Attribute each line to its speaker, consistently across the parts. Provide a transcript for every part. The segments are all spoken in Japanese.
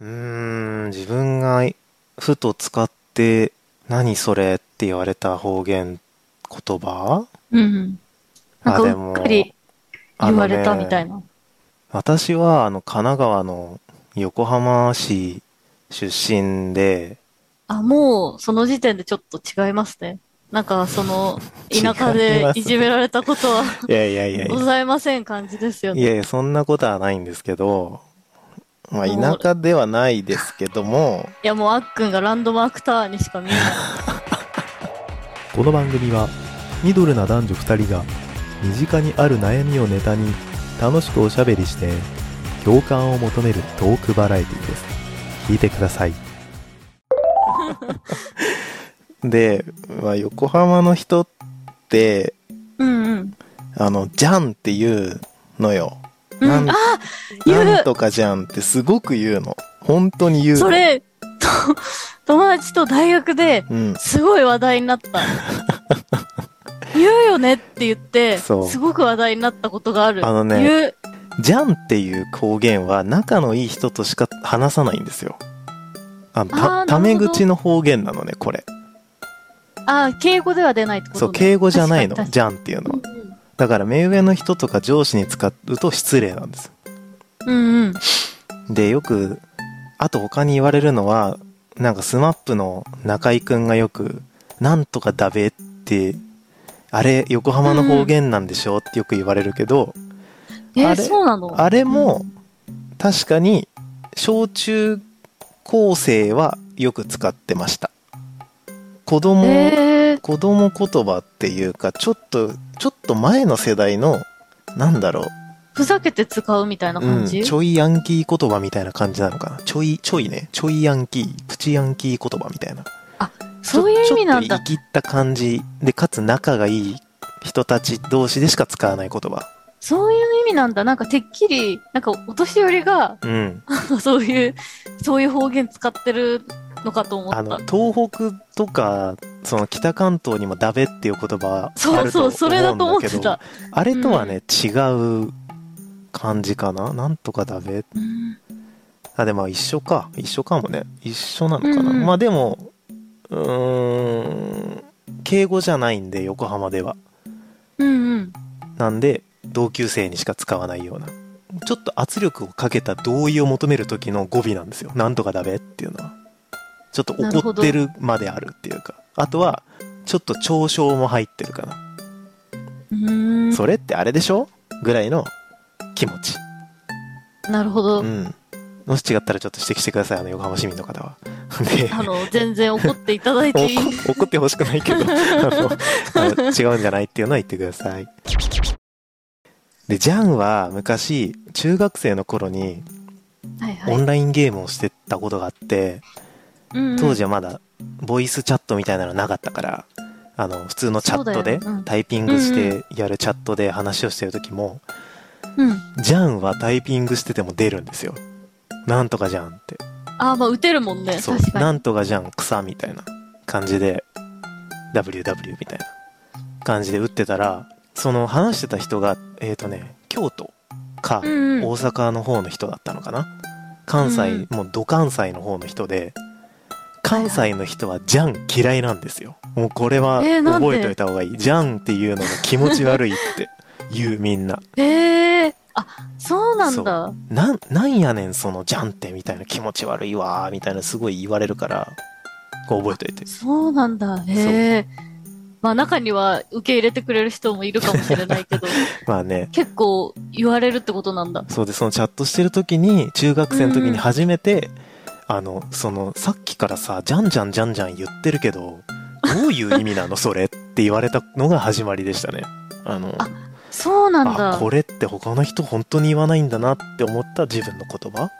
Speaker 1: うーん、自分がふと使って、何それって言われた方言、言葉
Speaker 2: うん。なん
Speaker 1: あ
Speaker 2: か
Speaker 1: で
Speaker 2: う
Speaker 1: も
Speaker 2: っかり
Speaker 1: あ
Speaker 2: 言
Speaker 1: の
Speaker 2: わ
Speaker 1: ね
Speaker 2: れたみたいな。
Speaker 1: 私は、あの、神奈川の横浜市出身で、
Speaker 2: あ、もう、その時点でちょっと違いますね。なんか、その、田舎
Speaker 1: 違いま
Speaker 2: ですいじめられたことはい
Speaker 1: やいやいやい
Speaker 2: ご
Speaker 1: や、
Speaker 2: ざいません感じですよ
Speaker 1: い
Speaker 2: ね。
Speaker 1: やいや、そんなことはないんですけど、まあ、
Speaker 2: も
Speaker 1: 田
Speaker 2: う
Speaker 1: 舎ではないですけども、
Speaker 2: いや、もう、あっくんがランドマークタワーにしか見えない。
Speaker 3: この番組はミドルな男女2人が身近にある悩みをネタに楽しくおしゃべりして共感を求めるトークバラエティです聞いてください
Speaker 1: で、まあ、横浜の人って、
Speaker 2: うんうん。
Speaker 1: あの、じゃんって言うのよ。
Speaker 2: うん、
Speaker 1: なん
Speaker 2: あ言う
Speaker 1: なんとかじゃんってすごく言うの。本当に言うの。
Speaker 2: それ、と、友達と大学で、
Speaker 1: うん。
Speaker 2: すごい話題にな った。言うよねって言って、す
Speaker 1: そう
Speaker 2: ごく話題になったことがある。
Speaker 1: あのね
Speaker 2: 言う。
Speaker 1: じゃんっていう方言は仲のいい人としか話さないんですよ。あの
Speaker 2: あ
Speaker 1: た、タ
Speaker 2: ーな
Speaker 1: メ
Speaker 2: るほど
Speaker 1: 口の方言なのね、これ。
Speaker 2: あ、敬語では出ないってことね
Speaker 1: そう、敬語じゃないの。
Speaker 2: 確
Speaker 1: じゃんっていうの
Speaker 2: か
Speaker 1: は
Speaker 2: に。確かに
Speaker 1: だから、目上の人とか上司に使うと失礼なんです。
Speaker 2: うんうん。
Speaker 1: で、よく、あと他に言われるのは、なんかスマップの中居くんがよく、なんとかだべって、あれ、横浜の方言なんでしょってよく言われるけど、
Speaker 2: え
Speaker 1: あ
Speaker 2: ー、
Speaker 1: れ
Speaker 2: そうなの
Speaker 1: あれも、確かに小中高生はよく使ってました子供、
Speaker 2: えー、
Speaker 1: 子供言葉っていうかちょっとちょっと前の世代のなんだろ
Speaker 2: ふざけて使うみたいな
Speaker 1: う、う
Speaker 2: 感
Speaker 1: ん、
Speaker 2: じ、
Speaker 1: ちょいヤンキー言葉みたいな感じなのかなちょいちょいねちょいヤンキープチヤンキー言葉みたいな
Speaker 2: そういう意味なん
Speaker 1: ちょっ
Speaker 2: だ
Speaker 1: と。生きった感じでかつ仲がいい人たち同士でしか使わない言葉
Speaker 2: そういう意味なんだ。なんかてっきり、なんかお年寄りが、
Speaker 1: うん
Speaker 2: そういう、そういう方言使ってるのかと思
Speaker 1: あ
Speaker 2: っ
Speaker 1: の
Speaker 2: た。
Speaker 1: 東北とかその北関東にも「ダベ」っていう言葉あ
Speaker 2: そう
Speaker 1: ると
Speaker 2: そ
Speaker 1: 思うんだけど
Speaker 2: う、それだと思ってた。
Speaker 1: あれとはね、違う感じかななんとか「ダベ
Speaker 2: うん」
Speaker 1: あでも一緒か一緒かもね一緒なのかな、
Speaker 2: うんうん
Speaker 1: まあでもうーん敬語じゃないんで横浜では
Speaker 2: うんうん。
Speaker 1: なんで同級生にしか使わないようなちょっと圧力をかけた同意を求める時の語尾なんですよ「なんとかだべ」っていうのはちょっと
Speaker 2: なる
Speaker 1: 怒
Speaker 2: ほ
Speaker 1: っ
Speaker 2: ど
Speaker 1: てるまであるっていうかあとはちょっと嘲笑も入ってるかな、
Speaker 2: うーん
Speaker 1: それってあれでしょぐらいの気持ち
Speaker 2: なるほ
Speaker 1: う
Speaker 2: ど。
Speaker 1: んもし違ったらちょっと指摘してくださいあの横浜市民の方はで
Speaker 2: あの、全然怒っていただいていい。
Speaker 1: 怒怒ってほしくないけ どあのあの違うんじゃないっていうのは言ってくださいでジャンは昔中学生の頃に
Speaker 2: はいは
Speaker 1: オ
Speaker 2: い。
Speaker 1: ンラインゲームをしてたことがあって、
Speaker 2: うんうん
Speaker 1: 当時はまだボイスチャットみたいなのなかったからあの普通のチャットで、
Speaker 2: そうだよねうん
Speaker 1: タイピングしてやるチャットで話をしてる時も、
Speaker 2: うん。
Speaker 1: ジャンはタイピングしてても出るんですよなんとかじゃんって
Speaker 2: あー、まあ、打てるもんね。
Speaker 1: そう
Speaker 2: 確か
Speaker 1: な
Speaker 2: に。
Speaker 1: んとかじゃん草みたいな感じで WW みたいな感じで打ってたらその話してた人がえっ、とね京都か
Speaker 2: う
Speaker 1: 大
Speaker 2: んうん。
Speaker 1: 阪の方の人だったのかな関西、
Speaker 2: うん
Speaker 1: もうど関西の方の人で関西の人はジャン嫌いなんですよもうこれは
Speaker 2: えーなんで
Speaker 1: 覚えといた方がいい、ジャンっていうのが気持ち悪い って言うみんな
Speaker 2: ええー。あ、そうなんだ。
Speaker 1: なんなんやねんそのジャンってみたいな気持ち悪いわーみたいなすごい言われるからこう覚えといて
Speaker 2: そうなんだ。へえ。まあ中には受け入れてくれる人もいるかもしれないけど、
Speaker 1: まあね
Speaker 2: 結構言われるってことなんだ。
Speaker 1: そうでそのチャットしてる時に中学生の時に初めて、あのそのさっきからさじゃんじゃんじゃんじゃん言ってるけどどういう意味な のそれって言われたのが始まりでしたねあの
Speaker 2: あそうなんだ。
Speaker 1: これって他の人本当に言わないんだなって思った自分の言葉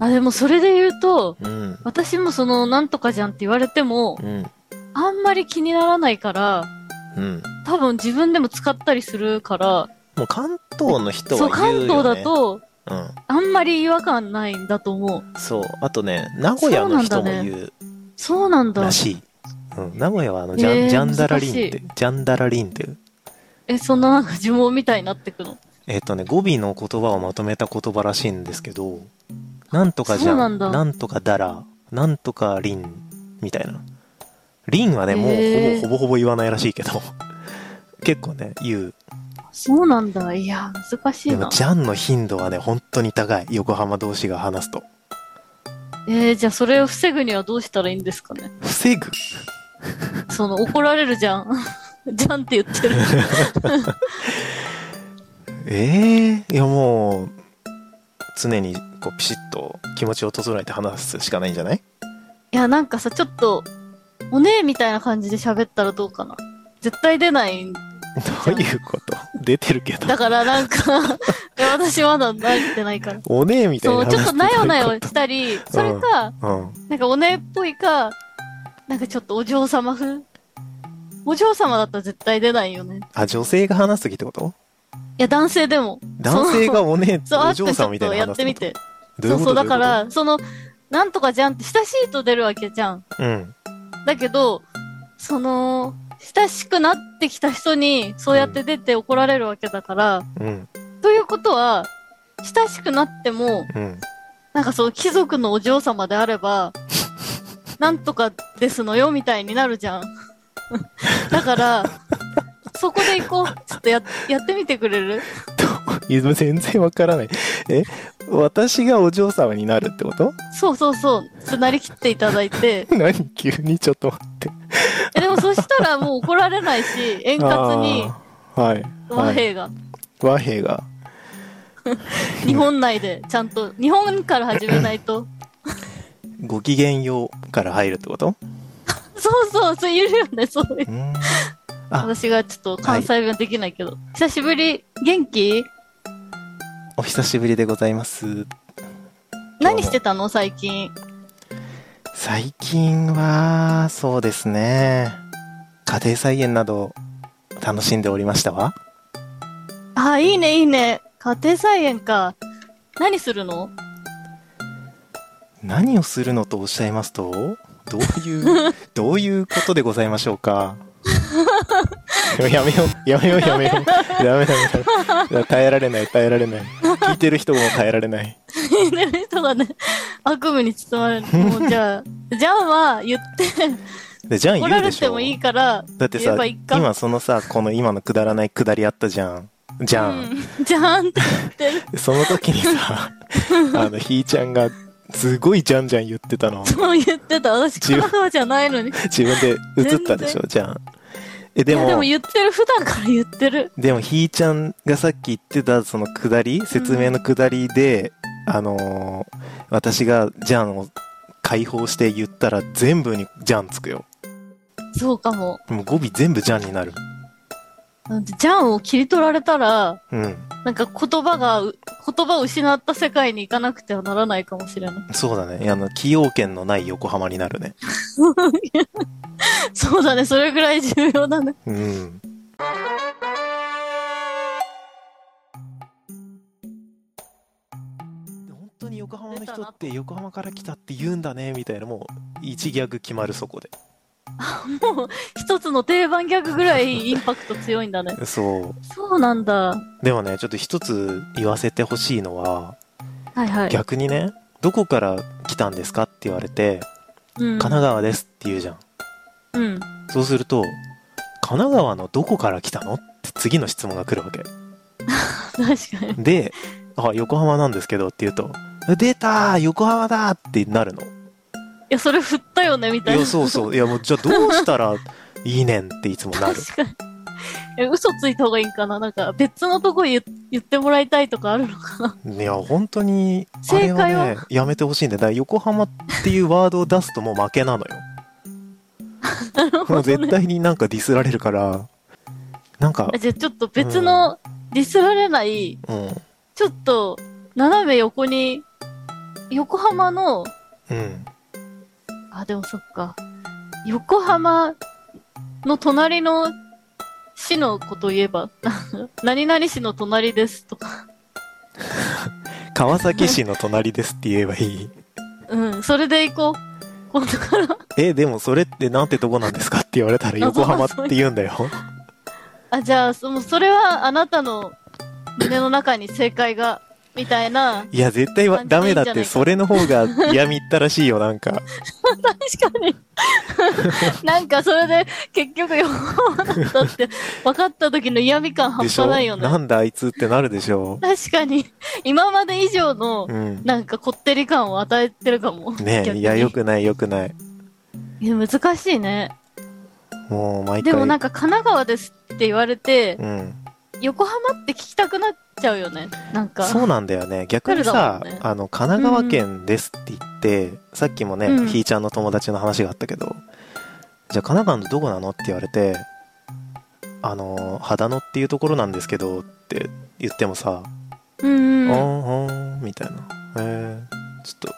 Speaker 2: あ、でもそれで言うと、
Speaker 1: うん
Speaker 2: 私もその、なんとかじゃんって言われても、
Speaker 1: うん
Speaker 2: あんまり気にならないから、
Speaker 1: うん
Speaker 2: 多分自分でも使ったりするから、
Speaker 1: もう関東の人
Speaker 2: そう、
Speaker 1: は言うよ、
Speaker 2: 関
Speaker 1: ね、
Speaker 2: 東だと、
Speaker 1: うん
Speaker 2: あんまり違和感ないんだと思う。
Speaker 1: そうあとね名古屋の人も言う
Speaker 2: そうなんだ
Speaker 1: ら。しいうん名古屋はあのジャン、
Speaker 2: えー
Speaker 1: ジャンダラリンっ
Speaker 2: 難
Speaker 1: てジャンダラリンっていう
Speaker 2: え、そんななんか呪文みたいになってくの。
Speaker 1: えっとね、語尾の言葉をまとめた言葉らしいんですけど、なんとかじゃ
Speaker 2: そ
Speaker 1: ん
Speaker 2: うなんだ
Speaker 1: とかだらなんとかりんみたいなりんはねも
Speaker 2: へ
Speaker 1: う
Speaker 2: ー
Speaker 1: ほぼほぼほぼ言わないらしいけど 結構ね言う
Speaker 2: そうなんだ。いや、難しい
Speaker 1: で
Speaker 2: な
Speaker 1: も。ジャンの頻度はね本当に高い横浜同士が話すと
Speaker 2: えー、じゃあそれを防ぐにはどうしたらいいんですかね。
Speaker 1: 防ぐ
Speaker 2: その、怒られるじ ゃん。じゃんって言 ってる。
Speaker 1: ええいやもう常にこうピシッと気持ちを整えて話すしかないんじゃない
Speaker 2: いや、なんかさ、ちょっと、おねえみたいな感じで喋ったらどうかな。絶対出ないん
Speaker 1: どういうこと出てるけど
Speaker 2: だからな んか、いや私まだ慣れてないから。
Speaker 1: おねえみたい
Speaker 2: そ
Speaker 1: な
Speaker 2: う、
Speaker 1: 話
Speaker 2: ちょっとなよなよ
Speaker 1: って
Speaker 2: したり、それか、
Speaker 1: どういうこ
Speaker 2: なんかおねえっぽいか、なんかちょっとお嬢様風。お嬢様だったら絶対出ないよね。
Speaker 1: とうんあ女性が話す時ってこと
Speaker 2: いや、男性でも。
Speaker 1: 男性がおねえ
Speaker 2: そう、あ
Speaker 1: お
Speaker 2: っ
Speaker 1: 嬢
Speaker 2: てち
Speaker 1: さ
Speaker 2: ょ
Speaker 1: ん
Speaker 2: っ
Speaker 1: みたい
Speaker 2: と
Speaker 1: な
Speaker 2: や
Speaker 1: 話
Speaker 2: っ
Speaker 1: す
Speaker 2: て
Speaker 1: こ
Speaker 2: み
Speaker 1: と
Speaker 2: て。
Speaker 1: どうい
Speaker 2: そう
Speaker 1: こ
Speaker 2: うそ
Speaker 1: と
Speaker 2: う、だか
Speaker 1: どういうこ
Speaker 2: ら、その、なんとかじゃんって親しいと出るわけじゃん。
Speaker 1: とうん
Speaker 2: だけど、その、親しくなってきた人に、そうやって出て怒られるわけだから、
Speaker 1: うん
Speaker 2: ということは、親しくなっても、
Speaker 1: うん
Speaker 2: なんかそう、貴族のお嬢様であれば、なんとかですのよ、みたいになるじゃん。 だから、そこで行こう。ちょっとや、やってみてくれる
Speaker 1: いや全然わからないえ私がお嬢様になるってこと
Speaker 2: そうそうそう。ちょっとなりきっていただいて。
Speaker 1: 何急にちょっと待って
Speaker 2: え、でもそしたらもう怒られないし、円滑に
Speaker 1: あーはい
Speaker 2: 和
Speaker 1: はい
Speaker 2: 平が、
Speaker 1: 和平が
Speaker 2: 日本内でちゃんと、日本から始めないと。
Speaker 1: ご機嫌ようから入るってこと
Speaker 2: そうそう、そういるよね、そういう
Speaker 1: う。んあ
Speaker 2: 私がちょっと関西弁できないけど。久しぶり、元気
Speaker 1: お久しぶりでございます
Speaker 2: 何してたの最近。
Speaker 1: 最近はそうですね家庭菜園など楽しんでおりましたわ
Speaker 2: あ、いいね、いいね。家庭菜園か。何するの
Speaker 1: 何をするのとおっしゃいますとどう いうどういうことでございましょうかやめようやめようやめようやめだめだ耐えられない耐えられない聞いてる人も耐えられない
Speaker 2: 寝る人がね、悪夢に包まれる。もうじゃあ、 じゃあは言って、
Speaker 1: でじゃん
Speaker 2: 怒
Speaker 1: 言
Speaker 2: ら
Speaker 1: うで
Speaker 2: れ
Speaker 1: しょ
Speaker 2: てもいいから、
Speaker 1: だって
Speaker 2: 言
Speaker 1: さ
Speaker 2: えばいいか
Speaker 1: 今そのさこの今のくだらないくだりあったじゃんじゃん、
Speaker 2: うん、じゃんって言ってる。
Speaker 1: でその時に さあのひーちゃんがすごいじゃんじゃん言ってたの
Speaker 2: そう言ってた。私、
Speaker 1: 自
Speaker 2: 神
Speaker 1: 分
Speaker 2: 奈川じゃないのに。
Speaker 1: 自分で映ったでしょじゃんえで
Speaker 2: いや、でも
Speaker 1: も
Speaker 2: 言ってる。普段から言ってる。
Speaker 1: でもひーちゃんがさっき言ってたそのくだり説明のくだりで、あのー私がじゃんを解放して言ったら全部にじゃんつくよ
Speaker 2: そうかも。
Speaker 1: もう語尾全部じゃんになる
Speaker 2: なんてじゃんを切り取られたら、
Speaker 1: うん
Speaker 2: なんか言葉が、う言葉を失った世界に行かなくてはならないかもしれない。
Speaker 1: そうだねあの崎陽軒のない横浜になるね
Speaker 2: そうだね、それぐらい重要だね。
Speaker 1: うん本当に横浜の人って横浜から来たって言うんだねみたいなもう一ギャグ決まるそこで
Speaker 2: もう、一つの定番ギャグぐらいインパクト強いんだね。
Speaker 1: そ
Speaker 2: そうなんだ。
Speaker 1: うでもねちょっと一つ言わせてほしいのは
Speaker 2: はいはい。
Speaker 1: 逆にねどこから来たんですかって言われて
Speaker 2: う
Speaker 1: 神
Speaker 2: ん
Speaker 1: 奈川ですって言うじゃん
Speaker 2: うん。
Speaker 1: そうすると神奈川のどこから来たのって次の質問が来るわけ
Speaker 2: 確かに。
Speaker 1: で、あ、横浜なんですけどって言うと、出たー横浜だーってなるの。
Speaker 2: いや、それ振ったよね、みたい
Speaker 1: い
Speaker 2: な
Speaker 1: や、。そうそう。いや、もう、じゃあどうしたらいいねんっていつもなる。
Speaker 2: 確かに。え、嘘ついた方がいいんかななんか、別のとこ言言ってもらいたいとかあるのかない
Speaker 1: や、本当に、あれ
Speaker 2: 正
Speaker 1: は
Speaker 2: 解は
Speaker 1: ね、やめてほしいんだよ。だから横浜っていうワードを出すともう負けなのよ。
Speaker 2: なる
Speaker 1: もう
Speaker 2: ほど
Speaker 1: 絶
Speaker 2: ね。
Speaker 1: 対になんかディスられるから、なんか
Speaker 2: あ、じゃあちょっと別の、ディスられない、
Speaker 1: うん、
Speaker 2: ちょっと、斜め横に、横浜の、
Speaker 1: うん。
Speaker 2: あ、でもそっか。横浜の隣の市のことを言えば、 何々市の隣ですとか。
Speaker 1: 川崎市の隣ですって言えばいい。
Speaker 2: うん、それで行こう。今度から。
Speaker 1: え、でもそれってなんてとこなんですかって言わ れたら横浜って言うんだよ。
Speaker 2: あ、じゃあ、そのそれはあなたの胸の中に正解がみたいな
Speaker 1: いや、絶対はダメだっ
Speaker 2: いいんじゃな
Speaker 1: て、
Speaker 2: いか
Speaker 1: それの方が嫌みったらしいよ、なん か。
Speaker 2: 確 かになんかそれで結局横浜だったって分かった時の嫌味感半
Speaker 1: でしょ
Speaker 2: 端ないよね
Speaker 1: なんだあいつってなるでしょ
Speaker 2: 確かに今まで以上の
Speaker 1: うん。
Speaker 2: なんかこってり感を与えてるかも
Speaker 1: ね
Speaker 2: 逆
Speaker 1: え、
Speaker 2: に
Speaker 1: いや、良くない、良くない。
Speaker 2: いや難しいね
Speaker 1: もう、毎回。
Speaker 2: でもなんか神奈川ですって言われて、
Speaker 1: うん。
Speaker 2: 横浜って聞きたくなっちゃうよねなんか
Speaker 1: そうなんだよね。逆にさ、
Speaker 2: 彼らはね
Speaker 1: あの、神奈川県ですって言って、さっきもね、
Speaker 2: うん
Speaker 1: ひーちゃんの友達の話があったけど、じゃあ神奈川のどこなのって言われて、あの、秦野っていうところなんですけどって言ってもさ、
Speaker 2: うんうん
Speaker 1: お
Speaker 2: うん
Speaker 1: んおんみたいなえー、ちょっ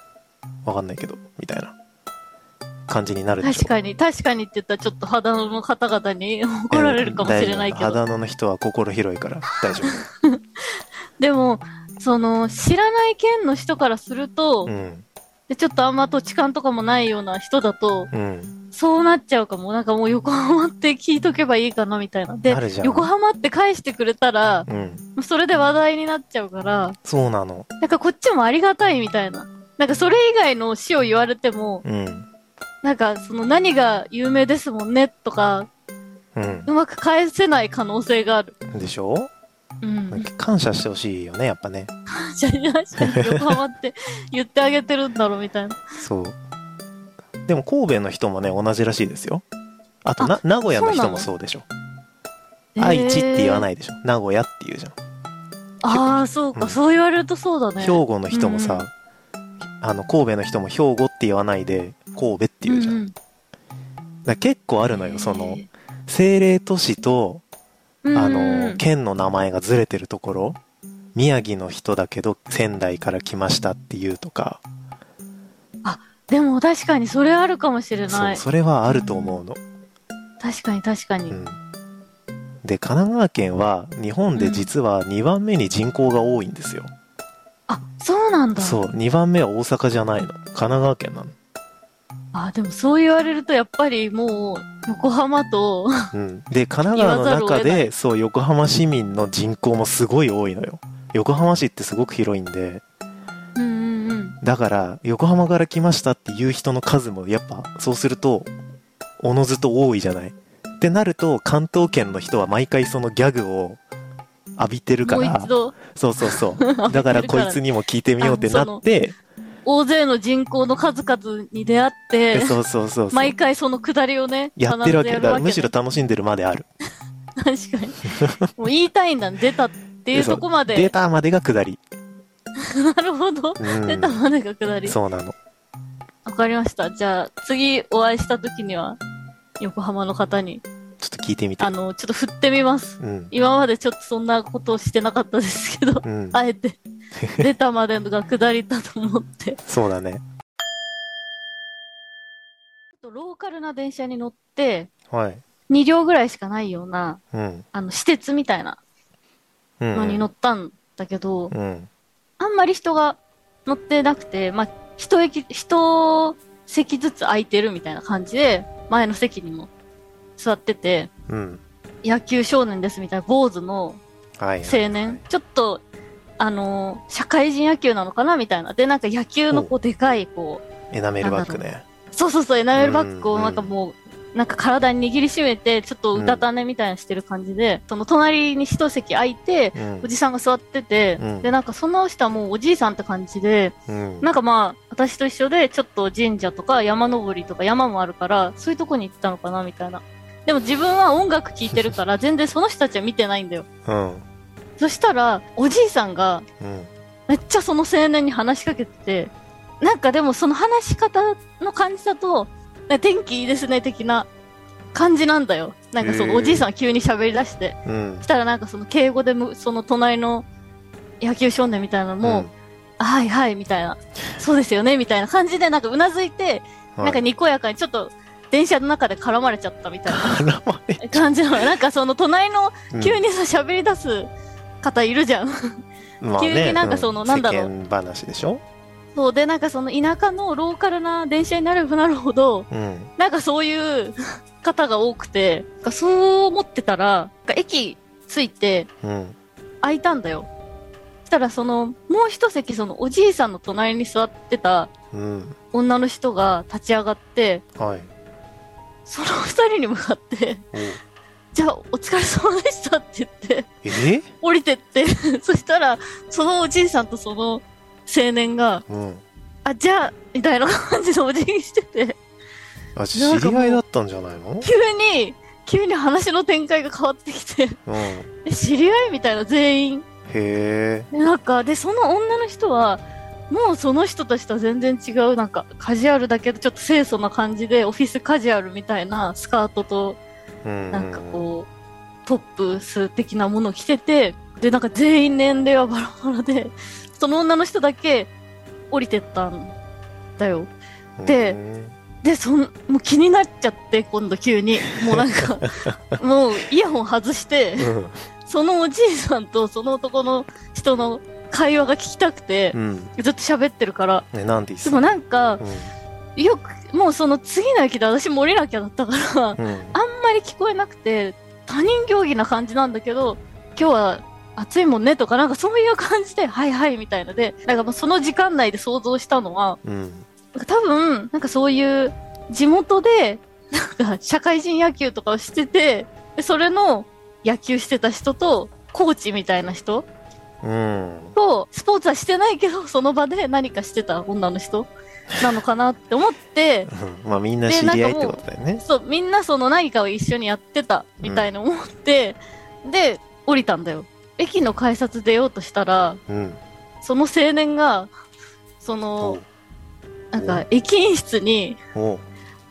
Speaker 1: とわかんないけどみたいな感じになるでしょ
Speaker 2: 確かに確かにって言ったらちょっと肌の方々に怒られるかもしれないけ
Speaker 1: えー大丈夫
Speaker 2: ど、
Speaker 1: 肌の人は心広いから大 丈
Speaker 2: でもその知らない県の人からすると、
Speaker 1: 夫うん
Speaker 2: でちょっとあんま土地勘とかもないような人だと
Speaker 1: うん
Speaker 2: そうなっちゃうかもなんかもう横浜って聞いとけばいいかなみたいなで
Speaker 1: なるじゃん
Speaker 2: 横浜って返してくれたら
Speaker 1: うん
Speaker 2: それで話題になっちゃうから
Speaker 1: そうなの
Speaker 2: なんかこっちもありがたいみたいななんかそれ以外の市を言われても
Speaker 1: うん
Speaker 2: なんかその何が有名ですもんねとか
Speaker 1: うん
Speaker 2: うまく返せない可能性がある。
Speaker 1: でしょ
Speaker 2: うん。
Speaker 1: 感謝してほしいよねやっぱね
Speaker 2: じゃあ、確かに横浜って 言ってあげてるんだろうみたいな。。
Speaker 1: そうでも神戸の人もね同じらしいですよあとな名古屋の人もそうでしょ愛知って言わないいでしょ名古屋って言うじゃん
Speaker 2: ああ、そう
Speaker 1: う
Speaker 2: か、
Speaker 1: ん
Speaker 2: そう言われるとそうだね。
Speaker 1: 兵庫の人もさ、
Speaker 2: うん
Speaker 1: あの神戸の人も兵庫って言わないで神戸って言うじゃん、
Speaker 2: うんうん
Speaker 1: だから結構あるの
Speaker 2: へ
Speaker 1: よ
Speaker 2: ー
Speaker 1: その政令都市と
Speaker 2: うん
Speaker 1: あ
Speaker 2: うん
Speaker 1: の県の名前がずれてるところ宮城の人だけど仙台から来ましたっていうとか
Speaker 2: でも確かにそれあるかもしれ
Speaker 1: そ
Speaker 2: な
Speaker 1: う
Speaker 2: い。
Speaker 1: それはあると思うの、
Speaker 2: 確かに確かに。
Speaker 1: うん、で神奈川県は日本で実は2番目に人口が多いんですよ、
Speaker 2: あ、そうなんだ。
Speaker 1: そう2番目は大阪じゃないの神奈川県なの
Speaker 2: あ、でもそう言われるとやっぱりもう、横浜と、
Speaker 1: うん、で神奈川の中
Speaker 2: 言わざるを得な
Speaker 1: でそう横浜市民の人口もすごい多いのよ横浜市ってすごく広いんで
Speaker 2: うんうんうん。
Speaker 1: だから横浜から来ましたっていう人の数もやっぱそうするとおのずと多いじゃないってなると関東圏の人は毎回そのギャグを浴びてるか
Speaker 2: もう
Speaker 1: ら
Speaker 2: 一度、
Speaker 1: そうそうそうだからこいつにも聞いてみようってなって
Speaker 2: 大勢の人口の数々に出会って、
Speaker 1: そうそうそうそう
Speaker 2: 毎回そのくだりをね、
Speaker 1: やってるわけだ
Speaker 2: 必ず
Speaker 1: か
Speaker 2: や
Speaker 1: らむしろ
Speaker 2: ね
Speaker 1: 楽しんでるまである
Speaker 2: 確かに。もう言いたいんだ、出たっていう
Speaker 1: そう
Speaker 2: とこま
Speaker 1: デー
Speaker 2: で。
Speaker 1: タまでが下り、
Speaker 2: なるほど。
Speaker 1: う
Speaker 2: 出た
Speaker 1: ん、
Speaker 2: までが下り。
Speaker 1: そうなの
Speaker 2: わかりました。じゃあ、次お会いした時には、横浜の方に、
Speaker 1: ちょっと聞いてみて
Speaker 2: あの、ちょっと振ってみます。
Speaker 1: うん
Speaker 2: 今までちょっとそんなことをしてなかったですけど、
Speaker 1: うん
Speaker 2: あえ て、出たまでが下りだと思って。
Speaker 1: そうだね
Speaker 2: ローカルな電車に乗って、
Speaker 1: はい
Speaker 2: 2両ぐらいしかないような、
Speaker 1: うん
Speaker 2: あの、私鉄みたいな
Speaker 1: うん
Speaker 2: のに乗ったんだけど、
Speaker 1: うん
Speaker 2: あんまり人が乗ってなくて、まあ、一駅、一席ずつ空いてるみたいな感じで、前の席にも座ってて、
Speaker 1: うん
Speaker 2: 野球少年ですみたいな坊主の
Speaker 1: はい
Speaker 2: 青年、ちょっと、あのー社会人野球なのかなみたいな。で、なんか野球のこう、でかい、こう、
Speaker 1: エナメルバッグね
Speaker 2: そうそうそう、エナメルバッグ
Speaker 1: うん
Speaker 2: を
Speaker 1: うん
Speaker 2: なんかもう、なんか体に握りしめて、ちょっとうたた寝みたいなしてる感じで、その隣に一席空いて、
Speaker 1: うん
Speaker 2: おじさんが座ってて、
Speaker 1: うん
Speaker 2: で、なんかその人はもうおじいさんって感じで、
Speaker 1: うん
Speaker 2: なんかまあ、私と一緒で、ちょっと神社とか山登りとか山もあるから、そういうとこに行ったのかな、みたいな。でも自分は音楽聴いて るから、全然その人たちは見てないんだよ。
Speaker 1: うん
Speaker 2: そしたら、おじいさんが、
Speaker 1: うん
Speaker 2: めっちゃその青年に話しかけてて、なんかでもその話し方の感じだと、なんか天気いいですね、的な感じなんだよ。なんかそ
Speaker 1: へー
Speaker 2: のおじいさんが急に喋り出して。
Speaker 1: うん
Speaker 2: そしたらなんかその敬語でむ、その隣の野球少年みたいなのも、はいはい、みたいな。そうですよね、みたいな感じで、なんかうなずいて、
Speaker 1: うん
Speaker 2: なんかにこやかにちょっと、電車の中で絡まれちゃったみたいな
Speaker 1: 絡まれ
Speaker 2: 感じの、なん かその隣の
Speaker 1: うん
Speaker 2: 急にさ、喋り出す方いるじゃん。
Speaker 1: まあね
Speaker 2: 急になんかその
Speaker 1: う
Speaker 2: なんだろう
Speaker 1: 世間話でしょ
Speaker 2: そうで、なんかその田舎のローカルな電車になればなるほど、
Speaker 1: うん
Speaker 2: なんかそういう方が多くて、なんかそう思ってたら、なんか駅着いて
Speaker 1: うん
Speaker 2: 空いたんだよ。したらそのもう一席そのおじいさんの隣に座ってた
Speaker 1: うん。
Speaker 2: 女の人が立ち上がって
Speaker 1: はい。
Speaker 2: その二人に向かって
Speaker 1: おう
Speaker 2: 「じゃあお疲れ様でした」って言って
Speaker 1: え
Speaker 2: 降りてって そしたらそのおじいさんとその青年が
Speaker 1: うん。
Speaker 2: 「あじゃあ」みたいな感じでお辞儀してて
Speaker 1: あ、知り合いだったんじゃないの
Speaker 2: 急に急に話の展開が変わってきて
Speaker 1: うん。へ
Speaker 2: え知り合いみたいな全員
Speaker 1: え。
Speaker 2: でなんかでその女の人はもうその人としては全然違うなんかカジュアルだけどちょっと清楚な感じでオフィスカジュアルみたいなスカートと
Speaker 1: うん。
Speaker 2: なんかこうトップス的なものを着ててでなんか全員年齢はバラバラでその女の人だけ降りてったんだよ
Speaker 1: うん
Speaker 2: ででそんもう気になっちゃって今度急にもうな んかもうイヤホン外して
Speaker 1: うん。
Speaker 2: そのおじいさんとその男の人の会話が聞きたくて、
Speaker 1: うん。
Speaker 2: ずっと喋ってるから。
Speaker 1: ね、なんでいいっ
Speaker 2: ですもなんか、
Speaker 1: う
Speaker 2: よく、もうその次の駅で私も降りなきゃだったから、あん
Speaker 1: ん。うん。
Speaker 2: まり聞こえなくて、他人行儀な感じなんだけど、今日は暑いもんねとか、なんかそういう感じで、はいはいみたいので、なんかもうその時間内で想像したのは、
Speaker 1: うん。
Speaker 2: なんか多分、なんかそういう地元で、なんか社会人野球とかをしてて、でそれの野球してた人と、コーチみたいな人
Speaker 1: うん。
Speaker 2: と、スポーツはしてないけど、 その場で何かしてた女の人なのかなって思って、
Speaker 1: まあみんな知り合いってことだよね。
Speaker 2: そう、みんなその何かを一緒にやってたみたいな思って、で、降りたんだよ。駅の改札出ようとしたら、
Speaker 1: うん。
Speaker 2: その青年が、そ
Speaker 1: お
Speaker 2: の
Speaker 1: う、
Speaker 2: なんか、駅員室に、
Speaker 1: おう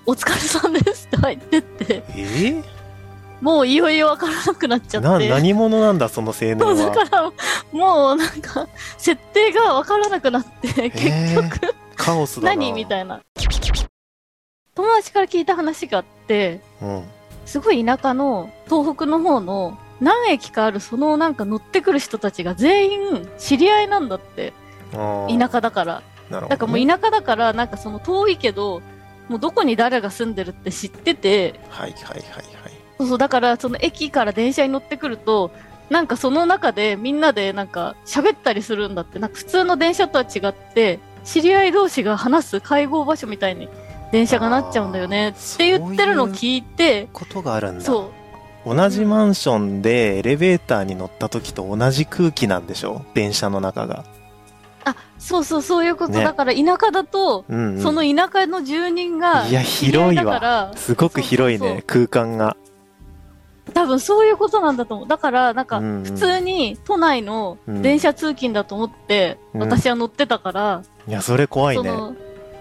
Speaker 2: お疲れさんですって入ってって、
Speaker 1: え
Speaker 2: もういよいよわからなくなっち
Speaker 1: ー、
Speaker 2: ゃっ
Speaker 1: な
Speaker 2: て。
Speaker 1: 何者なんだその青年
Speaker 2: そうだ
Speaker 1: は
Speaker 2: から、もうなんか、設定がわからなくなって、結局、
Speaker 1: カオスだな
Speaker 2: 何みたいな友達から聞いた話があって
Speaker 1: うん
Speaker 2: すごい田舎の東北の方の何駅かあるそのなんか乗ってくる人たちが全員知り合いなんだって
Speaker 1: あー
Speaker 2: 田舎だから
Speaker 1: なるほどね
Speaker 2: だからもう田舎だからなんかその遠いけどもうどこに誰が住んでるって知ってて
Speaker 1: はいはいはいはい
Speaker 2: そうそうだからその駅から電車に乗ってくるとなんかその中でみんなでなんか喋ったりするんだってなんか普通の電車とは違って知り合い同士が話す会合場所みたいに電車がなっちゃうんだよねって言ってるのを聞いて
Speaker 1: ことがあるんだ
Speaker 2: そう
Speaker 1: 同じマンションでエレベーターに乗った時と同じ空気なんでしょ電車の中が
Speaker 2: あそうそうそういうこと、
Speaker 1: ね
Speaker 2: だから田舎だと、
Speaker 1: うん、うん、
Speaker 2: その田舎の住人が
Speaker 1: いや
Speaker 2: 知り合
Speaker 1: 広い
Speaker 2: だか
Speaker 1: わ
Speaker 2: ら
Speaker 1: すごく広いね
Speaker 2: そうそう
Speaker 1: 空間が
Speaker 2: 多分そういうことなんだと思うだからなんか
Speaker 1: うんうん
Speaker 2: 普通に都内の電車通勤だと思って
Speaker 1: うん
Speaker 2: 私は乗ってたから、
Speaker 1: いやそれ怖い
Speaker 2: そ
Speaker 1: ね
Speaker 2: の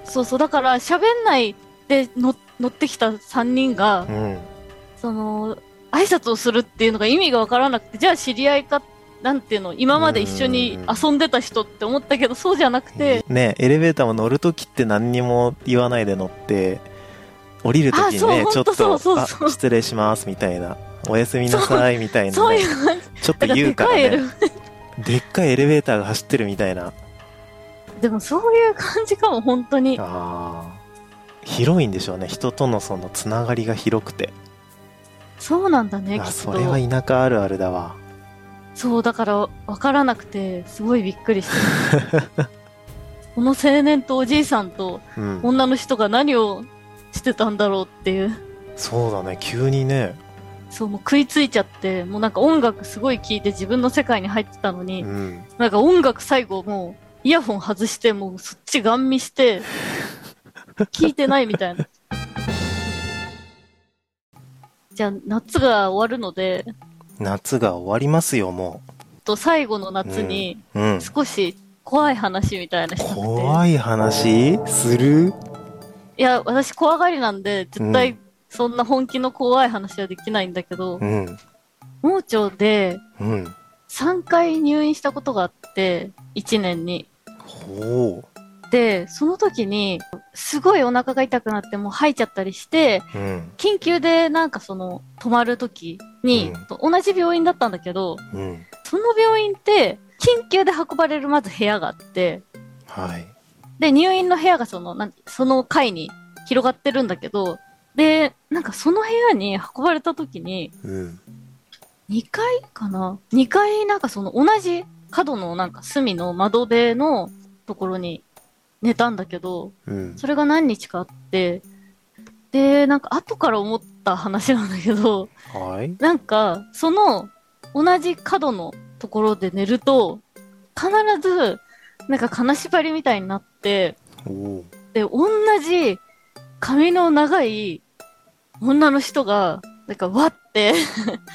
Speaker 2: そうそうだから喋んないでの乗ってきた3人が、
Speaker 1: うん
Speaker 2: その挨拶をするっていうのが意味が分からなくてじゃあ知り合いかなんていうの今まで一緒に遊んでた人って思ったけどそうじゃなくて、
Speaker 1: ねエレベーターも乗る時って何にも言わないで乗って降りる時にね
Speaker 2: あ
Speaker 1: ちょっ
Speaker 2: そ
Speaker 1: と
Speaker 2: う本当そうそうそう
Speaker 1: あ失礼しますみたいなおやすみなさいみたいな
Speaker 2: そう
Speaker 1: ね、
Speaker 2: いう感じ
Speaker 1: ちょっと
Speaker 2: だから
Speaker 1: 言
Speaker 2: で
Speaker 1: うから
Speaker 2: かいエレ
Speaker 1: ねでっかいエレベーターが走ってるみたいな
Speaker 2: でもそういう感じかも本当に
Speaker 1: あー広いんでしょうね人とのそのつながりが広くて
Speaker 2: そうなんだねきっ
Speaker 1: あ
Speaker 2: と
Speaker 1: それは田舎あるあるだわ
Speaker 2: そうだから分からなくてすごいびっくりして るこの青年とおじいさんと
Speaker 1: うん
Speaker 2: 女の人が何をしてたんだろうっていう
Speaker 1: そうだね急にね
Speaker 2: そう、もう食いついちゃって、もうなんか音楽すごい聴いて自分の世界に入ってたのに、
Speaker 1: うん
Speaker 2: なんか音楽最後もうイヤホン外して、もうそっちガン見して、聴いてないみた いな。じゃあ夏が終わるので、
Speaker 1: 夏が終わりますよも
Speaker 2: と最後の夏に
Speaker 1: ううん
Speaker 2: 少し怖い話みたいなしたくて。い
Speaker 1: 怖い話する
Speaker 2: や、私怖がりなんで、絶
Speaker 1: う
Speaker 2: 対そんな本気の怖い話はできないんだけど
Speaker 1: う、ん
Speaker 2: 盲腸で
Speaker 1: うん
Speaker 2: 3回入院したことがあって、1年に。
Speaker 1: ほ
Speaker 2: で、その時に、すごいお腹が痛くなって、もう吐いちゃったりして、
Speaker 1: ううん
Speaker 2: 緊急でなんかその、泊まる時に、同じ病院だったんだけど、
Speaker 1: うん
Speaker 2: その病院って、緊急で運ばれるまず部屋があって、
Speaker 1: はい
Speaker 2: で、入院の部屋がその、なんその階に広がってるんだけど、で、なんかその部屋に運ばれた時に、
Speaker 1: うん
Speaker 2: 2階かな ?2 階なんかその同じ角のなんか隅の窓辺のところに寝たんだけど、
Speaker 1: うん。
Speaker 2: それが何日かあって、で、なんか後から思った話なんだけど、
Speaker 1: はい。
Speaker 2: なんか、その、同じ角のところで寝ると、必ず、なんか金縛りみたいになって、
Speaker 1: おお。
Speaker 2: で、同じ髪の長い女の人が、なんか、わって、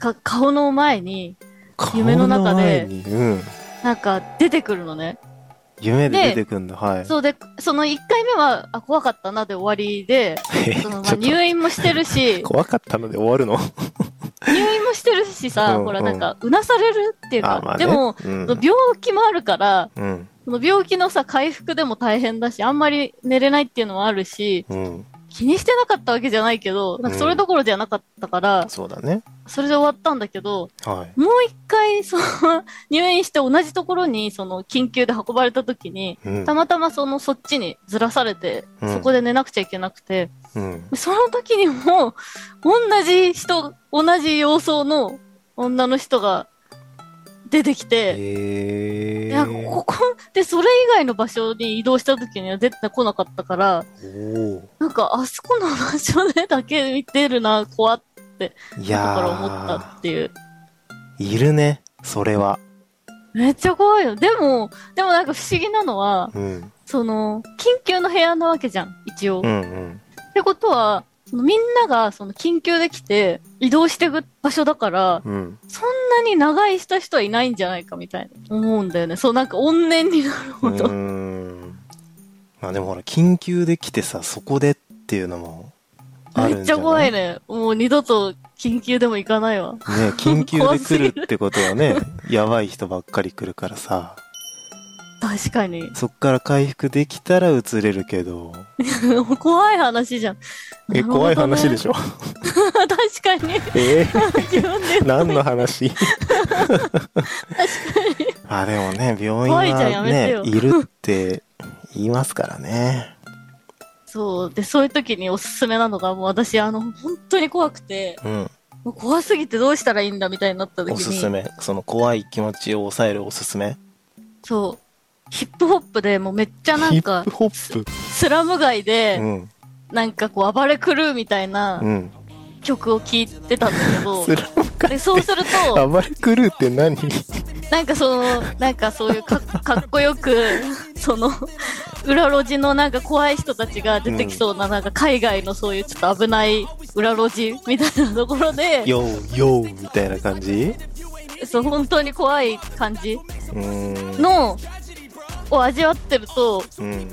Speaker 2: か顔の前に、夢の中で
Speaker 1: 顔の前にうん。
Speaker 2: なんか出てくるのね。
Speaker 1: 夢で
Speaker 2: で
Speaker 1: 出てくんだ。はい。
Speaker 2: そうで、その1回目は、あ、怖かったなで終わりで、
Speaker 1: え
Speaker 2: そのま
Speaker 1: ち
Speaker 2: あ
Speaker 1: ょっと
Speaker 2: 入院もしてるし、
Speaker 1: 怖かったので終わるの
Speaker 2: 入院もしてるしさ、
Speaker 1: うん
Speaker 2: ほら、なんか、うなされるっていうか、
Speaker 1: あ、まあね。
Speaker 2: でも、
Speaker 1: うん
Speaker 2: 病気もあるから、
Speaker 1: うん。
Speaker 2: その病気のさ、回復でも大変だし、あんまり寝れないっていうのもあるし、
Speaker 1: うん。
Speaker 2: 気にしてなかったわけじゃないけど、なんかそれどころじゃなかったから、
Speaker 1: そうだね。
Speaker 2: それで終わったんだけど、
Speaker 1: はい。
Speaker 2: もう一回、その、 入院して同じところに、その、緊急で運ばれた時に、
Speaker 1: うん
Speaker 2: た。またまその、そっちにずらされて、
Speaker 1: うん
Speaker 2: そこで寝なくちゃいけなくて、
Speaker 1: うん。
Speaker 2: その時にも、同じ人、同じ様相の女の人が出てきて、
Speaker 1: え
Speaker 2: いや、
Speaker 1: ー。
Speaker 2: ここ、で、それ以外の場所に移動した時には出てこなかったから、
Speaker 1: おお。
Speaker 2: なんか、あそこの場所でだけ見てるな、怖っ、
Speaker 1: い
Speaker 2: だから思った
Speaker 1: や
Speaker 2: っていう。
Speaker 1: ー、いるね。それは。
Speaker 2: めっちゃ怖いよ。でも、でもなんか不思議なのは、
Speaker 1: うん。
Speaker 2: その、緊急の部屋なわけじゃん、一応。
Speaker 1: う
Speaker 2: っ
Speaker 1: んうん。
Speaker 2: てことは、そのみんながその緊急で来て移動していく場所だから、
Speaker 1: うん。
Speaker 2: そんなに長居した人はいないんじゃないかみたいな思うんだよね。そう、なんか怨念になる
Speaker 1: う
Speaker 2: ほど。
Speaker 1: ーん。まあでもほら、緊急で来てさ、そこでっていうのもある
Speaker 2: め
Speaker 1: ん
Speaker 2: っ
Speaker 1: じ
Speaker 2: ち
Speaker 1: ゃ
Speaker 2: ゃ
Speaker 1: な
Speaker 2: 怖
Speaker 1: い
Speaker 2: いね。もう二度と緊急でも行かないわ。
Speaker 1: ね緊急で
Speaker 2: 怖すぎ
Speaker 1: 来
Speaker 2: る
Speaker 1: るってことはね、 やばい人ばっかり来るからさ、
Speaker 2: 確かに。
Speaker 1: そっから回復できたら移れるけど、
Speaker 2: 怖い話じゃん。
Speaker 1: え、怖い話で
Speaker 2: ょ。
Speaker 1: しょ
Speaker 2: 確かに。
Speaker 1: え
Speaker 2: 自分で
Speaker 1: ー、何の話あ、でもね、病院
Speaker 2: 怖いじゃんや
Speaker 1: は
Speaker 2: めて
Speaker 1: ね
Speaker 2: よ、
Speaker 1: いるって言いますからね。
Speaker 2: そう。で、そういう時におすすめなのが、もう私、あの、本当に怖くて、
Speaker 1: うん。
Speaker 2: もう怖すぎてどうしたらいいんだみたいになった時に。
Speaker 1: おすすめ。その怖い気持ちを抑えるおすすめ。
Speaker 2: そう。ヒップホップでもうめっちゃなんか
Speaker 1: ヒップ、ホップ。
Speaker 2: スラム街
Speaker 1: う
Speaker 2: で、
Speaker 1: ん。
Speaker 2: なんかこう暴れ狂うみたいな
Speaker 1: うん。
Speaker 2: 曲を聴いてたんだ けど、
Speaker 1: スラム
Speaker 2: で、そうする と、
Speaker 1: 暴れ狂うって何
Speaker 2: なんかその、なんかそういうかかっこよく、 その、裏路地のなんか怖い人たちが出てきそうな、なんか海外のそういうちょっと危ない裏路地みたいなところで、
Speaker 1: よーよーみたいな感じ
Speaker 2: そう、本当に怖い感じ
Speaker 1: うーん。
Speaker 2: の、を味わってると、
Speaker 1: うん。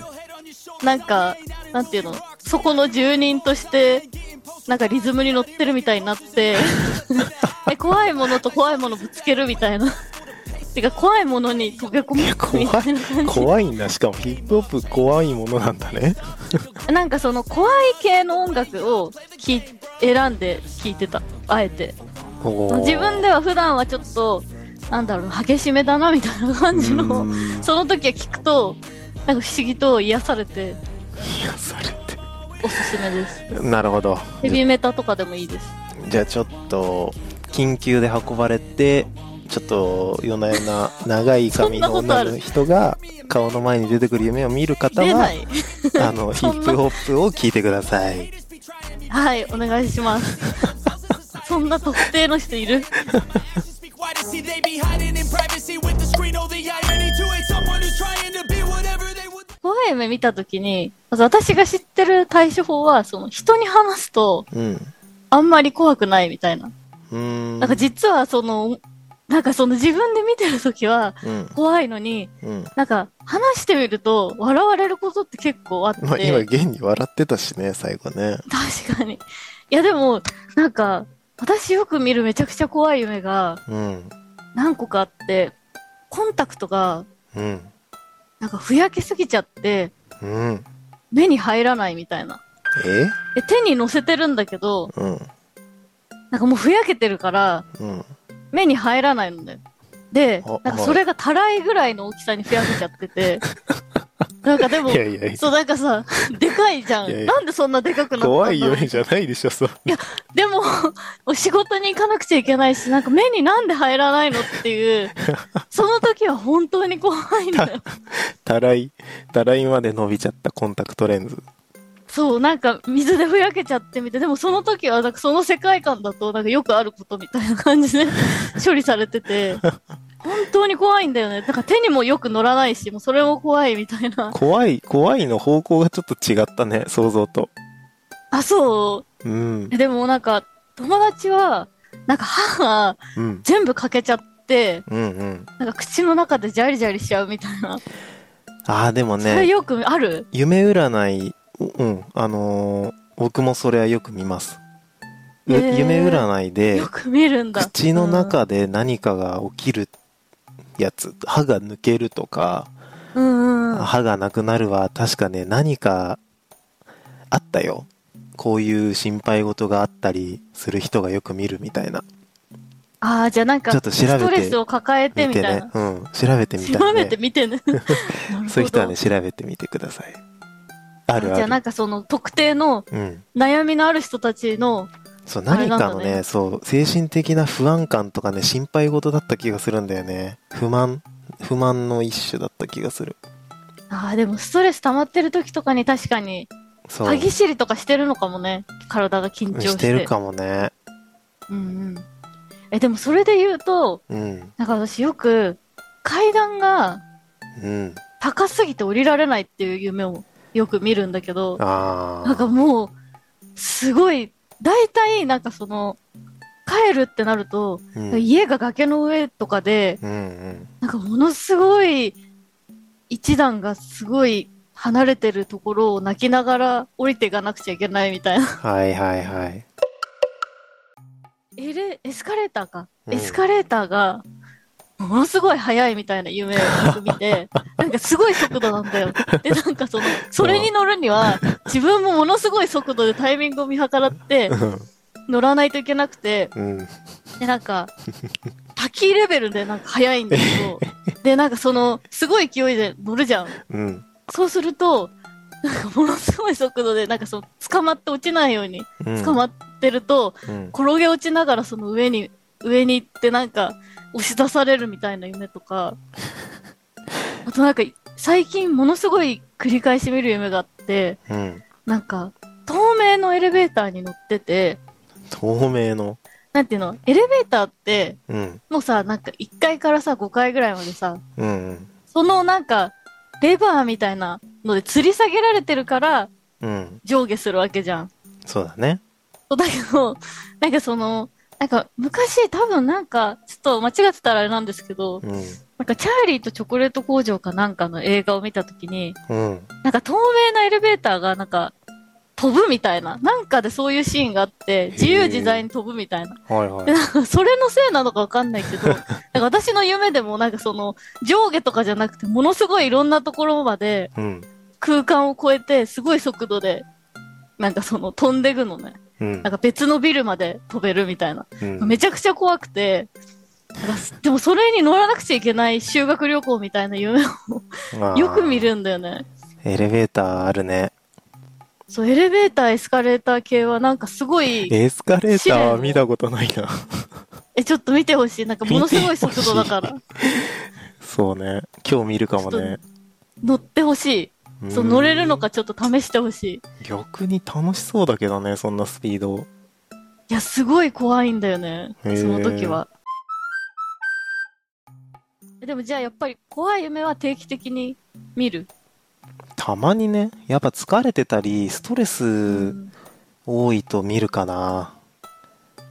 Speaker 2: なんか、なんていうの、そこの住人として、なんかリズムに乗ってるみたいにな って、え怖いものと怖いものぶつけるみたいな。てか、怖いものに溶け込むみたいな感じ。
Speaker 1: 怖いんだ。しかもヒップホップ怖いものなんだね。
Speaker 2: なんかその怖い系の音楽を聞い選んで聴いてた、あえて。自分では普段はちょっと、なんだろう、激しめだなみたいな感じ
Speaker 1: う
Speaker 2: の、
Speaker 1: ーん
Speaker 2: その時は聞くと、なんか不思議と癒されて
Speaker 1: 癒され
Speaker 2: おすすめです。
Speaker 1: て。なるほど。
Speaker 2: ヘビメタとかでもいいです。
Speaker 1: じゃあちょっと、緊急で運ばれて、ちょっと夜な夜な長い髪の
Speaker 2: そんな
Speaker 1: 女
Speaker 2: ことある
Speaker 1: の人が顔の前に出てくる夢を見る方
Speaker 2: 出
Speaker 1: は
Speaker 2: な、い。
Speaker 1: あの、ヒ
Speaker 2: そん
Speaker 1: ッ
Speaker 2: な
Speaker 1: プホップを聞いてください。
Speaker 2: はい、お願いします。 そんな特定の人いる
Speaker 4: Speak why to see they be hiding in privacy with the screen. Oh, the irony to it. Someone who's trying to be whatever they would.
Speaker 2: 怖い夢見たときに、まず私が知ってる対処法は、その人に話すと、
Speaker 1: うん。う
Speaker 2: あんまり怖くないみたいな。
Speaker 1: ーん。
Speaker 2: なんか実はその、なんかその自分で見てるときは
Speaker 1: うん。
Speaker 2: 怖いのに、
Speaker 1: うん。
Speaker 2: なんか話してみると笑われることって結構あって、
Speaker 1: まあ、今、現に笑ってたしね、最後ね。
Speaker 2: 確かに。いやでも、なんか、私よく見るめちゃくちゃ怖い夢が
Speaker 1: うん。
Speaker 2: 何個かあって、コンタクトが
Speaker 1: うん。
Speaker 2: なんかふやけすぎちゃって、
Speaker 1: うん。
Speaker 2: 目に入らないみたいな。
Speaker 1: え
Speaker 2: で、手に乗せてるんだけど、
Speaker 1: うん。
Speaker 2: なんかもうふやけてるから、
Speaker 1: うん。
Speaker 2: 目に入らないのね。で
Speaker 1: あ、
Speaker 2: なんかそれがたらいぐらいの大きさにふやけちゃってて、なんかでも
Speaker 1: い、やいやい
Speaker 2: そうなんかさ、でかいじゃん
Speaker 1: いやいや
Speaker 2: なんでそんなでかくなっ
Speaker 1: や、
Speaker 2: たんだろう
Speaker 1: 怖い夢じゃないでしょ、そう。
Speaker 2: でも、お仕事に行かなくちゃいけないし、なんか目になんで入らないのっ ていう、その時は本当に怖いんだよ。
Speaker 1: たらい、たらいまで伸びちゃったコンタクトレンズ。
Speaker 2: そう、なんか水でふやけちゃってみて、でもその時はなんかその世界観だとなんかよくあることみたいな 感じで処理されてて、本当に怖いんだよね。なんか手にもよく乗らないし、もうそれも怖いみたいな。
Speaker 1: 怖い、怖いの方向がちょっと違ったね、想像と。
Speaker 2: あ、そう。
Speaker 1: うん
Speaker 2: え、でもなんか友達は、なんか歯が
Speaker 1: うん、
Speaker 2: 全部欠けちゃって、
Speaker 1: うん、うん。
Speaker 2: なんか口の中でジャリジャリしちゃうみたいな。
Speaker 1: ああ、でも
Speaker 2: それ
Speaker 1: ね、
Speaker 2: よくある
Speaker 1: 夢占い、うん、あのー僕もそれはよく見ます。う
Speaker 2: へー
Speaker 1: 夢占いで
Speaker 2: よ、く見るんだ。
Speaker 1: 口の中で何かが起きるやつ、歯が抜けるとか、
Speaker 2: うん。うんうん。
Speaker 1: 歯がなくなるは確かね何かあったよこういう心配事があったりする人がよく見るみたいな
Speaker 2: ああ、じゃあなんか、
Speaker 1: ちょっと調べて
Speaker 2: ストレスを抱えて
Speaker 1: 見
Speaker 2: み
Speaker 1: て
Speaker 2: たい
Speaker 1: ね
Speaker 2: な。
Speaker 1: うん調べてみた
Speaker 2: 調
Speaker 1: い
Speaker 2: べ
Speaker 1: ね
Speaker 2: てみ てね。
Speaker 1: そういう人はね
Speaker 2: ね
Speaker 1: 調べてみてくださいあるある
Speaker 2: じゃあなんかその特定の
Speaker 1: うん
Speaker 2: 悩みのある人たちの、
Speaker 1: そう
Speaker 2: あれ
Speaker 1: 何
Speaker 2: なんだ
Speaker 1: かの
Speaker 2: ね
Speaker 1: ねそう精神的な不安感とかね心配事だった気がするんだよね不満不満の一種だった気がする
Speaker 2: ああ、でもストレス溜まってる時とかに確かに、
Speaker 1: そう
Speaker 2: 歯ぎしりとかしてるのかもね。体が緊張して。
Speaker 1: してるかもね
Speaker 2: うんうん。え、でもそれで言うと、
Speaker 1: うん
Speaker 2: なんか私よく、階段が
Speaker 1: うん
Speaker 2: 高すぎて降りられないっていう夢をよく見るんだけど、
Speaker 1: あ
Speaker 2: なんかもう、すごい、大体なんかその、帰るってなると、
Speaker 1: あ、うん、うん
Speaker 2: 家が崖の上とかで、
Speaker 1: うん
Speaker 2: なんかものすごい、一段がすごい離れてるところを泣きながら降りていかなくちゃいけないみたいな。
Speaker 1: はいはいはい
Speaker 2: エレ、エスカレーターか。
Speaker 1: うん
Speaker 2: エスカレーターが、ものすごい速いみたいな夢をよく見て、なんかすごい速度なんだよ。で、なんかその、それに乗るには、自分もものすごい速度でタイミングを見計らって、乗らないといけなくて、
Speaker 1: うん
Speaker 2: で、な んか、滝レベルでなんか速いんだけど、で、なんかその、すごい勢いで乗るじゃん。
Speaker 1: うん
Speaker 2: そうすると、なんかものすごい速度で、なんかその、捕まって落ちないように、
Speaker 1: うん
Speaker 2: 捕まってると、
Speaker 1: うん
Speaker 2: 転げ落ちながらその上に、上に行ってなんか、押し出されるみたいな夢 とか、あとなんか、最近ものすごい繰り返し見る夢があって、
Speaker 1: うん
Speaker 2: なんか、透明のエレベーターに乗ってて、
Speaker 1: 透明の
Speaker 2: なんていうの、エレベーターって、
Speaker 1: うん
Speaker 2: もうさ、なんか1階からさ、5階ぐらいまでさ、
Speaker 1: うん
Speaker 2: そのなんか、レバーみたいなので吊り下げられてるから
Speaker 1: うん
Speaker 2: 上下するわけじゃん。
Speaker 1: そうだね
Speaker 2: そうだけど、 なんかその、なんか昔多分なんか、ちょっと間違ってたらあれなんですけど、
Speaker 1: うん
Speaker 2: なんかチャーリーとチョコレート工場かなんかの映画を見たときに、
Speaker 1: うん
Speaker 2: なんか透明なエレベーターがなんか飛ぶみたいな、なんかでそういうシーンがあって、自由自在に飛ぶみたいな。
Speaker 1: はいは
Speaker 2: で
Speaker 1: い
Speaker 2: なんかそれのせいなのかわかんない けど、なんか私の夢でもなんかその上下とかじゃなくて、ものすごいいろんなところまで
Speaker 1: うん
Speaker 2: 空間を越えて、すごい速度で、なんかその飛んでくのね。
Speaker 1: うん
Speaker 2: なんか別のビルまで飛べるみたいな。
Speaker 1: うん
Speaker 2: めちゃくちゃ怖くて、なんかでもそれに乗らなくちゃいけない修学旅行みたいな夢を
Speaker 1: あー
Speaker 2: よく見るんだよね。
Speaker 1: エレベーターあるね
Speaker 2: そう、エレベーター、エスカレーター系はなんかすごい、
Speaker 1: エスカレーターは見たことないな
Speaker 2: え、ちょっと見てほしい。なんかものすごい速度だから、
Speaker 1: そうね今日見るかもね
Speaker 2: 乗ってほしい。そう乗れるのかちょっと試してほしい。
Speaker 1: うん逆に楽しそうだけどねそんなスピード
Speaker 2: いや、すごい怖いんだよね。そ
Speaker 1: へー
Speaker 2: の時は。でもじゃあやっぱり怖い夢は定期的に見る。
Speaker 1: たまにねやっぱ疲れてたりストレ
Speaker 2: う
Speaker 1: ス
Speaker 2: ん
Speaker 1: 多いと見るかな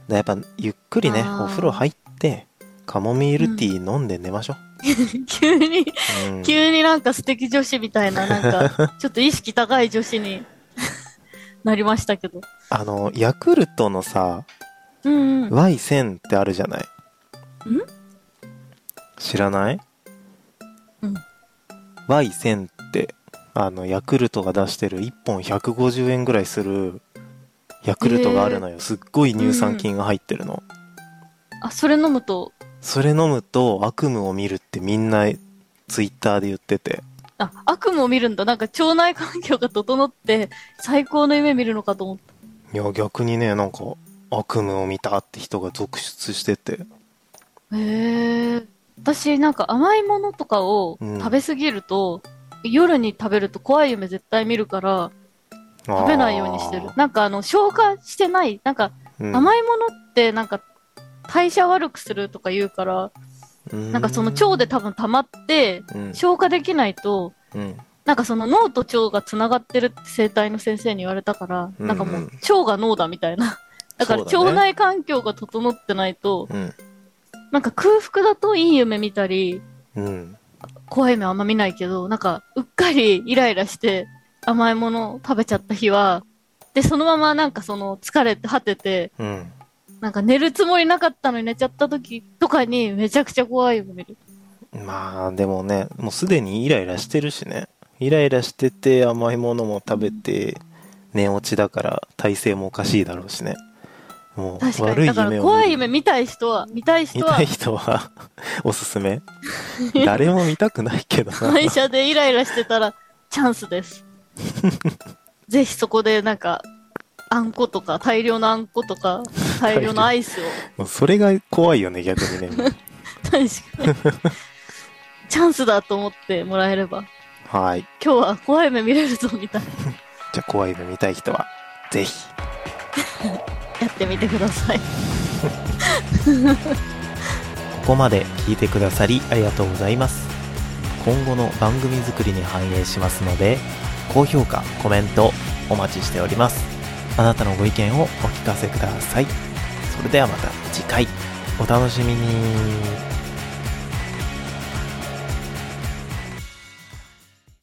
Speaker 1: でやっぱゆっくりね
Speaker 2: あー
Speaker 1: お風呂入ってカモミールティー飲んで寝ましょう、
Speaker 2: 急に、
Speaker 1: うん
Speaker 2: 急になんか素敵女子みたいな、なん か、ちょっと意識高い女子に なりましたけど。
Speaker 1: あのヤクルトのさ
Speaker 2: うんうん。
Speaker 1: Y1000 ってあるじゃない
Speaker 2: ん
Speaker 1: 知らない
Speaker 2: うん
Speaker 1: Y1000 ってあのヤクルトが出してる1本150円ぐらいするヤクルトがあるのよ、すっごい乳酸菌が入ってるの、
Speaker 2: あ、それ飲むと、
Speaker 1: それ飲むと悪夢を見るってみんなツイッターで言ってて
Speaker 2: あ、悪夢を見るんだ。なんか腸内環境が整って、最高の夢見るのかと思った。
Speaker 1: いや、逆にね、なんか、悪夢を見たって人が続出してて。
Speaker 2: へえ。私、なんか甘いものとかを
Speaker 1: うん
Speaker 2: 食べ過ぎると、夜に食べると怖い夢絶対見るから、食べないようにしてる。なんかあの、消化してない、なんか
Speaker 1: い、
Speaker 2: 甘いものってなんか代謝悪くするとか言うから、なんかその腸で多分溜まって、
Speaker 1: うん、
Speaker 2: 消化できないと、
Speaker 1: うん
Speaker 2: なんかその脳と腸がつながってるって生体の先生に言われたから、
Speaker 1: うん
Speaker 2: なんかもう腸が脳だみた いな。だか
Speaker 1: そ
Speaker 2: ら
Speaker 1: うだね
Speaker 2: 腸内環境が整ってないと、
Speaker 1: うん。
Speaker 2: なんか空腹だといい夢見たり、
Speaker 1: うん。
Speaker 2: 怖い夢あんま見ないけど、なんかうっかりイライラして甘いもの食べちゃった日は、で、そのままなんかその疲れて果てて、
Speaker 1: うん。
Speaker 2: なんか寝るつもりなかったのに寝ちゃった時とかにめちゃくちゃ怖い夢見る。
Speaker 1: まあ、でもね、もうすでにイライラしてるしね。イライラしてて甘いものも食べて、寝落ちだから体勢もおかしいだろうしね。も
Speaker 2: 確
Speaker 1: う
Speaker 2: か
Speaker 1: 悪
Speaker 2: に。
Speaker 1: い
Speaker 2: だから
Speaker 1: 夢を
Speaker 2: 怖い
Speaker 1: 見る
Speaker 2: 夢見たい人は、見たい
Speaker 1: 見
Speaker 2: 人は
Speaker 1: たい人はおすす め。誰も見たくないけどな。
Speaker 2: 会社でイライラしてたらチャン スです。ぜひそこでなんか、あんことか、大量のあんことか、大量のアイスを。
Speaker 1: もうそれが怖いよね、逆にね。もう
Speaker 2: 確か に。チャンスだと思ってもらえれば。
Speaker 1: はい。
Speaker 2: 今日は怖い目見れるぞ、みたいな。
Speaker 1: じゃあ怖い夢見たい人は、ぜひ。
Speaker 2: やってみてください。
Speaker 3: ここまで聞いてくださりありがとうございます今後の番組作りに反映しますので高評価コメントお待ちしておりますあなたのご意見をお聞かせくださいそれではまた次回お楽しみに